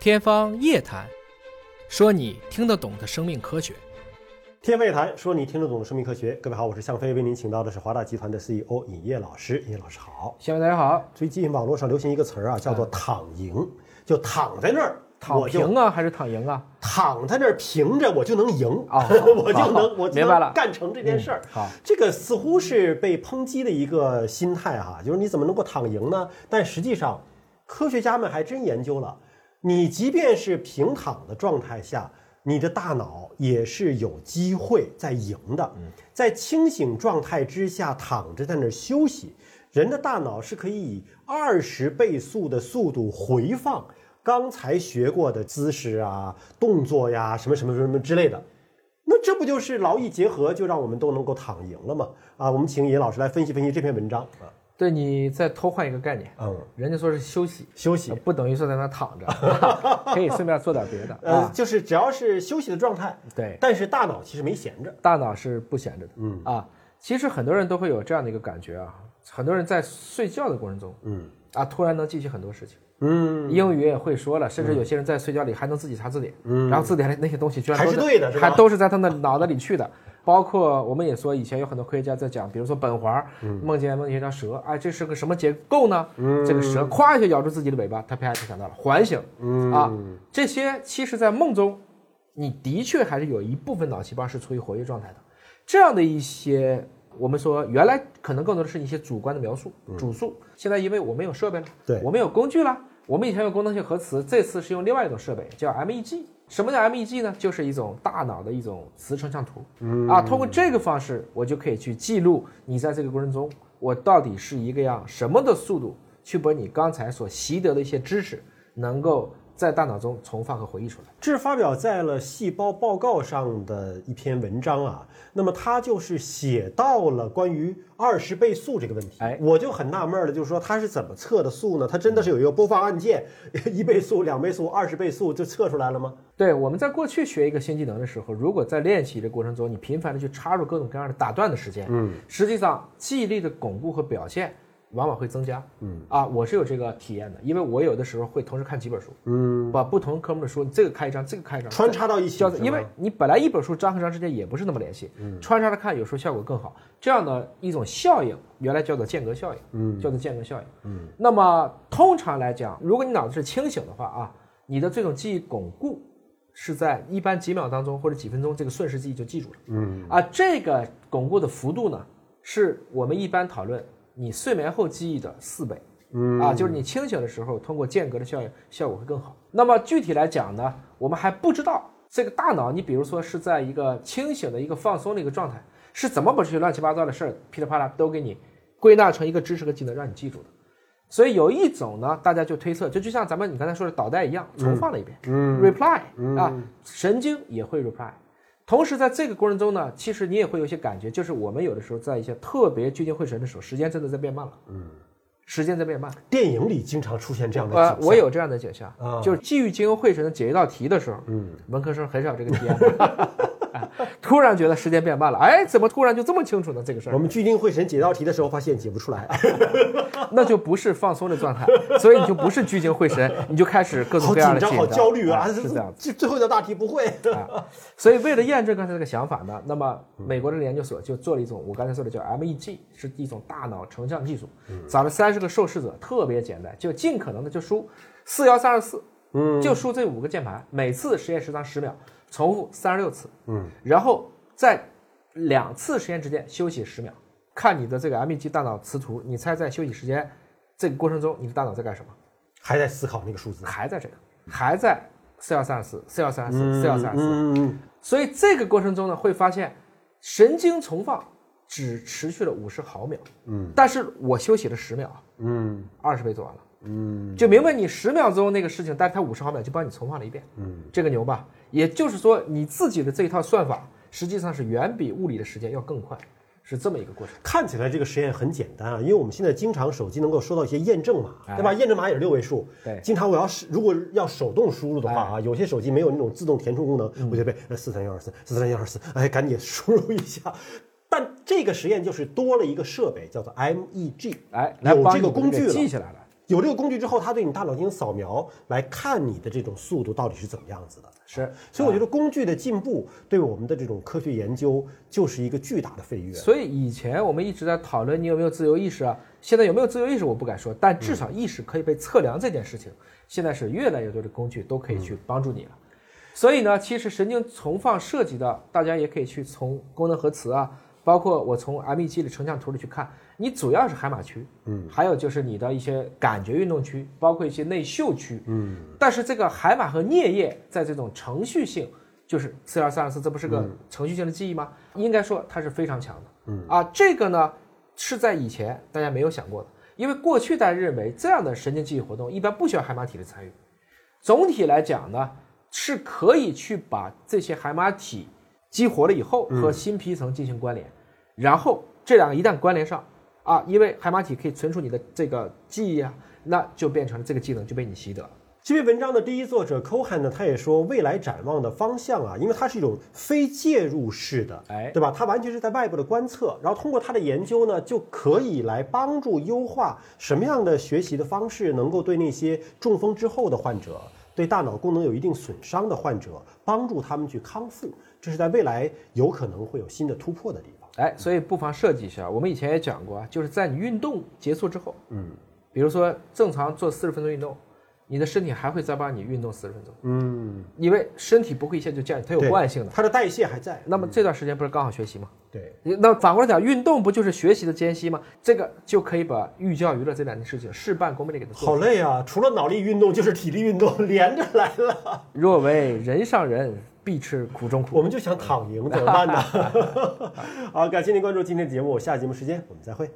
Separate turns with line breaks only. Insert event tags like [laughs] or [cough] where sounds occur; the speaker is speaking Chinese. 天方夜谭，说你听得懂的生命科学。
天方夜谭，说你听得懂的生命科学。各位好，我是向飞，为您请到的是华大集团的 CEO 尹烨老师。尹烨老师好。
下面大家好，
最近网络上流行一个词儿啊，叫做“躺赢”，就躺在那儿，
躺
我
平
就
啊还是躺赢啊？
躺在那儿平着，我就能赢，
哦
[laughs] 我就能，我就
明白了
能干成这件事儿、
嗯好，
这个似乎是被抨击的一个心态哈、就是你怎么能够躺赢呢？但实际上，科学家们还真研究了，你即便是平躺的状态下，你的大脑也是有机会在赢的。在清醒状态之下躺着在那儿休息，人的大脑是可以以二十倍速的速度回放刚才学过的姿势啊、动作呀、什么什么什么之类的。那这不就是劳逸结合，就让我们都能够躺赢了吗？啊，我们请尹老师来分析分析这篇文章啊。
对你再偷换一个概念，
嗯，
人家说是休息，
休息
呃，不等于说在那
[laughs]
躺着，啊可以顺便做点别的
呃，
啊。
就是只要是休息的状态，
对，
但是大脑其实没闲着。
大脑是不闲着的，
嗯
啊，其实很多人都会有这样的一个感觉啊，很多人在睡觉的过程中
嗯
啊，突然能记起很多事情，
嗯，
英语也会说了，甚至有些人在睡觉里还能自己查字典，
嗯
然后字典里那些东西居然都
还是对的是吧
还都是在他的脑袋里去的。包括我们也说，以前有很多科学家在讲，比如说苯环儿，
嗯
梦见梦见一条蛇，哎，这是个什么结构呢？这个蛇咵一下咬住自己的尾巴，他啪就想到了环形
嗯
啊。这些其实，在梦中，你的确还是有一部分脑细胞是处于活跃状态的。这样的一些，我们说原来可能更多的是一些主观的描述、
嗯
主诉，现在因为我们有设备了，
对
我们有工具了，我们以前有功能性核磁，这次是用另外一种设备叫 MEG。什么叫 MEG 呢？就是一种大脑的一种磁成像图、啊，通过这个方式，我就可以去记录你在这个过程中，我到底是一个样什么的速度去把你刚才所习得的一些知识，能够在大脑中重放和回忆出来。
这是发表在了《细胞报告》上的一篇文章啊。那么他就是写到了关于二十倍速这个问题。
哎
我就很纳闷了，就是说他是怎么测的速呢？他真的是有一个播放按键， [laughs] 一倍速、两倍速、二十倍速就测出来了吗？
对，我们在过去学一个新技能的时候，如果在练习的过程中，你频繁的去插入各种各样的打断的时间，嗯，实际上记忆力的巩固和表现往往会增加，嗯，啊，我是有这个体验的，因为我有的时候会同时看几本书，嗯，把不同科目的书，这个开一章，这个开一章，
穿插到一起
交
是
错，
吗
因为你本来一本书章和章之间也不是那么联系，穿插着看有时候效果更好。这样的一种效应，原来叫做间隔效应，叫做间隔效应，那么通常来讲，如果你脑子是清醒的话啊，你的这种记忆巩固是在一般几秒当中或者几分钟，这个瞬时记忆就记住了，嗯，啊，这个巩固的幅度呢，是我们一般讨论你睡眠后记忆的四倍。嗯啊，就是你清醒的时候，通过间隔的效应，效果会更好。那么具体来讲呢，我们还不知道这个大脑，你比如说是在一个清醒的一个放松的一个状态，是怎么把这些乱七八糟的事儿噼里啪啦都给你归纳成一个知识和技能让你记住的。所以有一种呢，大家就推测，就就像咱们你刚才说的导带一样，重放了一遍、r e p l y 啊，神经也会 reply。同时在这个过程中呢，其实你也会有一些感觉，就是我们有的时候在一些特别聚精会神的时候，时间真的在变慢了，嗯，时间在变慢。
电影里经常出现这样的景
呃
象。，
我有这样的景象，
啊
就是聚精会神的解一道题的时候，嗯，文科生很少有这个体验的， [laughs] 哎突然觉得时间变慢了，哎，怎么突然就这么清楚呢？这个事儿
我，们聚精会神解道题的时候，发现解不出来，
那就不是放松的状态，所以你就不是聚精会神，你就开始 [laughs] 各种
好
各样
紧
的
张，
紧
好
张，
焦虑 [laughs] 啊！
哎是这样子。
这最后一道大题不会。
所以为了验证刚才这个想法呢，那么美国这个研究所就做了一种我刚才说的叫 MEG，是一种大脑成像技术，找了三十个受试者，特别简单，就尽可能的就输四幺三二四，嗯，就输这五个键盘，每次实验时长十秒，重复三十六次，嗯，然后在两次实验之间休息十秒，看你的这个 MEG 大脑磁图，你猜在休息时间这个过程中，你的大脑在干什么？
还在思考那个数字。
还在这个，还在四幺三二四、四幺三二四、四幺三二四。
嗯，嗯
所以这个过程中呢，会发现神经重放只持续了五十毫秒，嗯，但是我休息了十秒，
嗯，
二十倍做完了，嗯，就明白你十秒钟那个事情，但是它五十毫秒就帮你重放了一遍，嗯，这个牛吧？也就是说，你自己的这一套算法实际上是远比物理的时间要更快，是这么一个过程。
看起来这个实验很简单啊，因为我们现在经常手机能够收到一些验证码，对吧？验证码也是六位数。
哎对哎
经常我要是如果要手动输入的话啊，有些手机没有那种自动填充功
嗯
能，我就被呃四三幺二四四三幺二四，哎，赶紧输入一下。但这个实验就是多了一个设备，叫做 MEG，
哎，来
有
帮
这
你
个
们
工
给
具了
记。下来了。
有这个工具之后，它对你大脑进行扫描，来看你的这种速度到底是怎么样子的。
是，
所以我觉得工具的进步对我们的这种科学研究就是一个巨大的飞跃。
所以以前我们一直在讨论你有没有自由意识啊，现在有没有自由意识我不敢说，但至少意识可以被测量这件事情，现在是越来越多的工具都可以去帮助你了。所以呢，其实神经重放涉及的，大家也可以去从功能核磁啊，包括我从 MEG 的成像图里去看，你主要是海马区，嗯，还有就是你的一些感觉运动区，包括一些内嗅区，嗯。但是这个海马和颞叶在这种程序性，就是四幺三二四，这不是个程序性的记忆吗？应该说它是非常强的，嗯啊，这个呢是在以前大家没有想过的，因为过去大家认为这样的神经记忆活动一般不需要海马体的参与。总体来讲呢，是可以去把这些海马体激活了以后和新皮层进行关联，然后这两个一旦关联上啊，因为海马体可以存储你的这个记忆啊，那就变成了这个技能就被你习得了。
这篇文章的第一作者 Cohen 呢，他也说未来展望的方向啊，因为它是一种非介入式的，
哎
对吧？它完全是在外部的观测，然后通过它的研究呢，就可以来帮助优化什么样的学习的方式能够对那些中风之后的患者。对大脑功能有一定损伤的患者，帮助他们去康复，这是在未来有可能会有新的突破的地方。
哎，所以不妨设计一下。我们以前也讲过啊，就是在你运动结束之后，嗯，比如说正常做四十分钟运动，你的身体还会再帮你运动四十分钟，
嗯，
因为身体不会一下就降，它有
对嗯
惯性的。
它的代谢还在。
那么这段时间不是刚好学习吗？
对，
那反过来讲，运动不就是学习的间隙吗？这个就可以把寓教于乐这两件事情事半功倍的给它做。
好累啊！除了脑力运动就是体力运动， [laughs] 连着来了。
若为人上人，必吃苦中苦。
我们就想躺赢，怎么办呢？好，感谢您关注今天的节目，下期节目时间我们再会。